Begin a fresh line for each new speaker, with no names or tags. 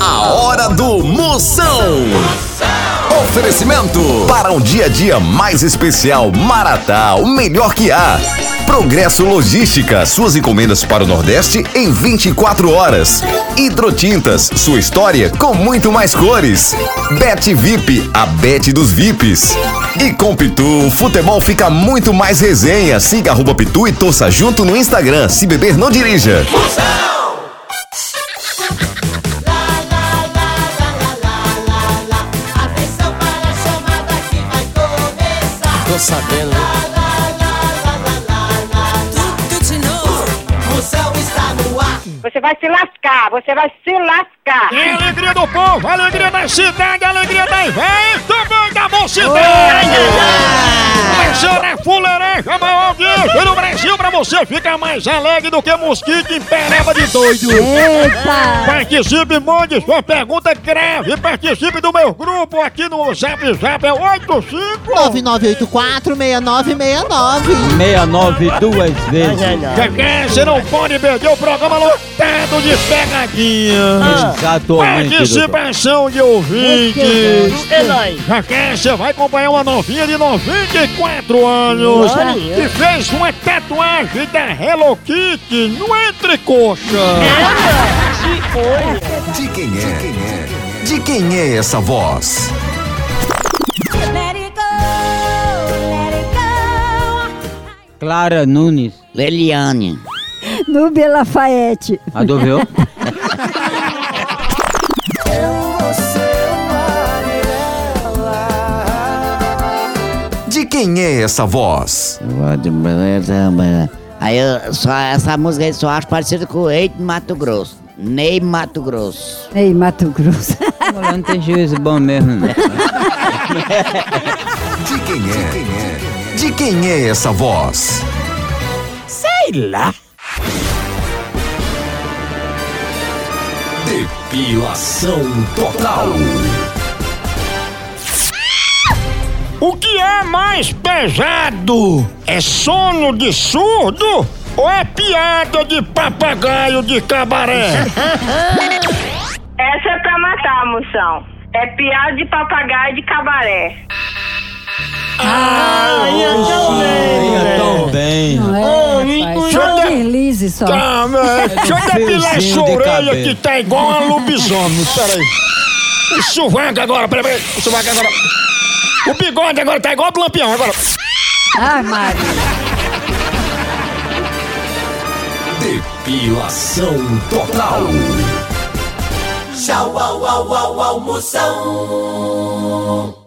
A hora do Moção. Oferecimento para um dia a dia mais especial. Maratá, o melhor que há. Progresso Logística, suas encomendas para o Nordeste em 24 horas. Hidrotintas, sua história com muito mais cores. Bet VIP, a bet dos VIPs. E com Pitu, o futebol fica muito mais resenha. Siga arroba Pitu e torça junto no Instagram. Se beber, não dirija.
Atenção para a chamada que vai começar.
Tô sabendo, né?
Moção está no ar.
Você vai se lascar, você vai se lascar.
É a alegria do povo, a alegria da cidade, a alegria da inveja, também da mocidade! Começando a fuleiragem, é a maior audiência do Brasil pra você ficar mais alegre do que mosquito em pereba de doido! Participe, mande sua pergunta grave, participe do meu grupo aqui no Zap Zap, é 85!
9984-6969.
69 duas vezes.
Cheguei, Você não pode perder o programa lotado de pegadinha!
Ah. Exatamente. doutor.
Participação de ouvintes! Já que você vai acompanhar uma novinha de 94 anos que fez uma tatuagem da Hello Kitty no entrecoxa.
De quem é? De quem é essa voz?
Let it go, let it go.
Clara Nunes.
Leliane.
Núbia Lafayette.
Adorou?
De quem é essa voz?
Aí eu, só, essa música aí só acho parecida com Eite Mato Grosso. Ney Mato Grosso.
Ei, Mato Grosso.
Mulher não tem juízo é bom mesmo, né?
De quem é? De quem é essa voz?
Sei lá.
Depilação total.
O que é mais pesado? É sono de surdo ou é piada de papagaio de cabaré?
Essa é pra matar, moção. É piada de papagaio de cabaré.
então
Venha tão bem.
Não é, rapaz. Só um deslize só.
Tá, mas deixa eu depilar essa
fiozinho de
orelha
cabelo.
que tá igual uma lobisomem. Peraí. O sovaco agora, peraí. O sovaco agora. O bigode agora tá igual o do lampião agora.
Ah, Mário.
Depilação total.
Tchau, au, au, au, au, moção.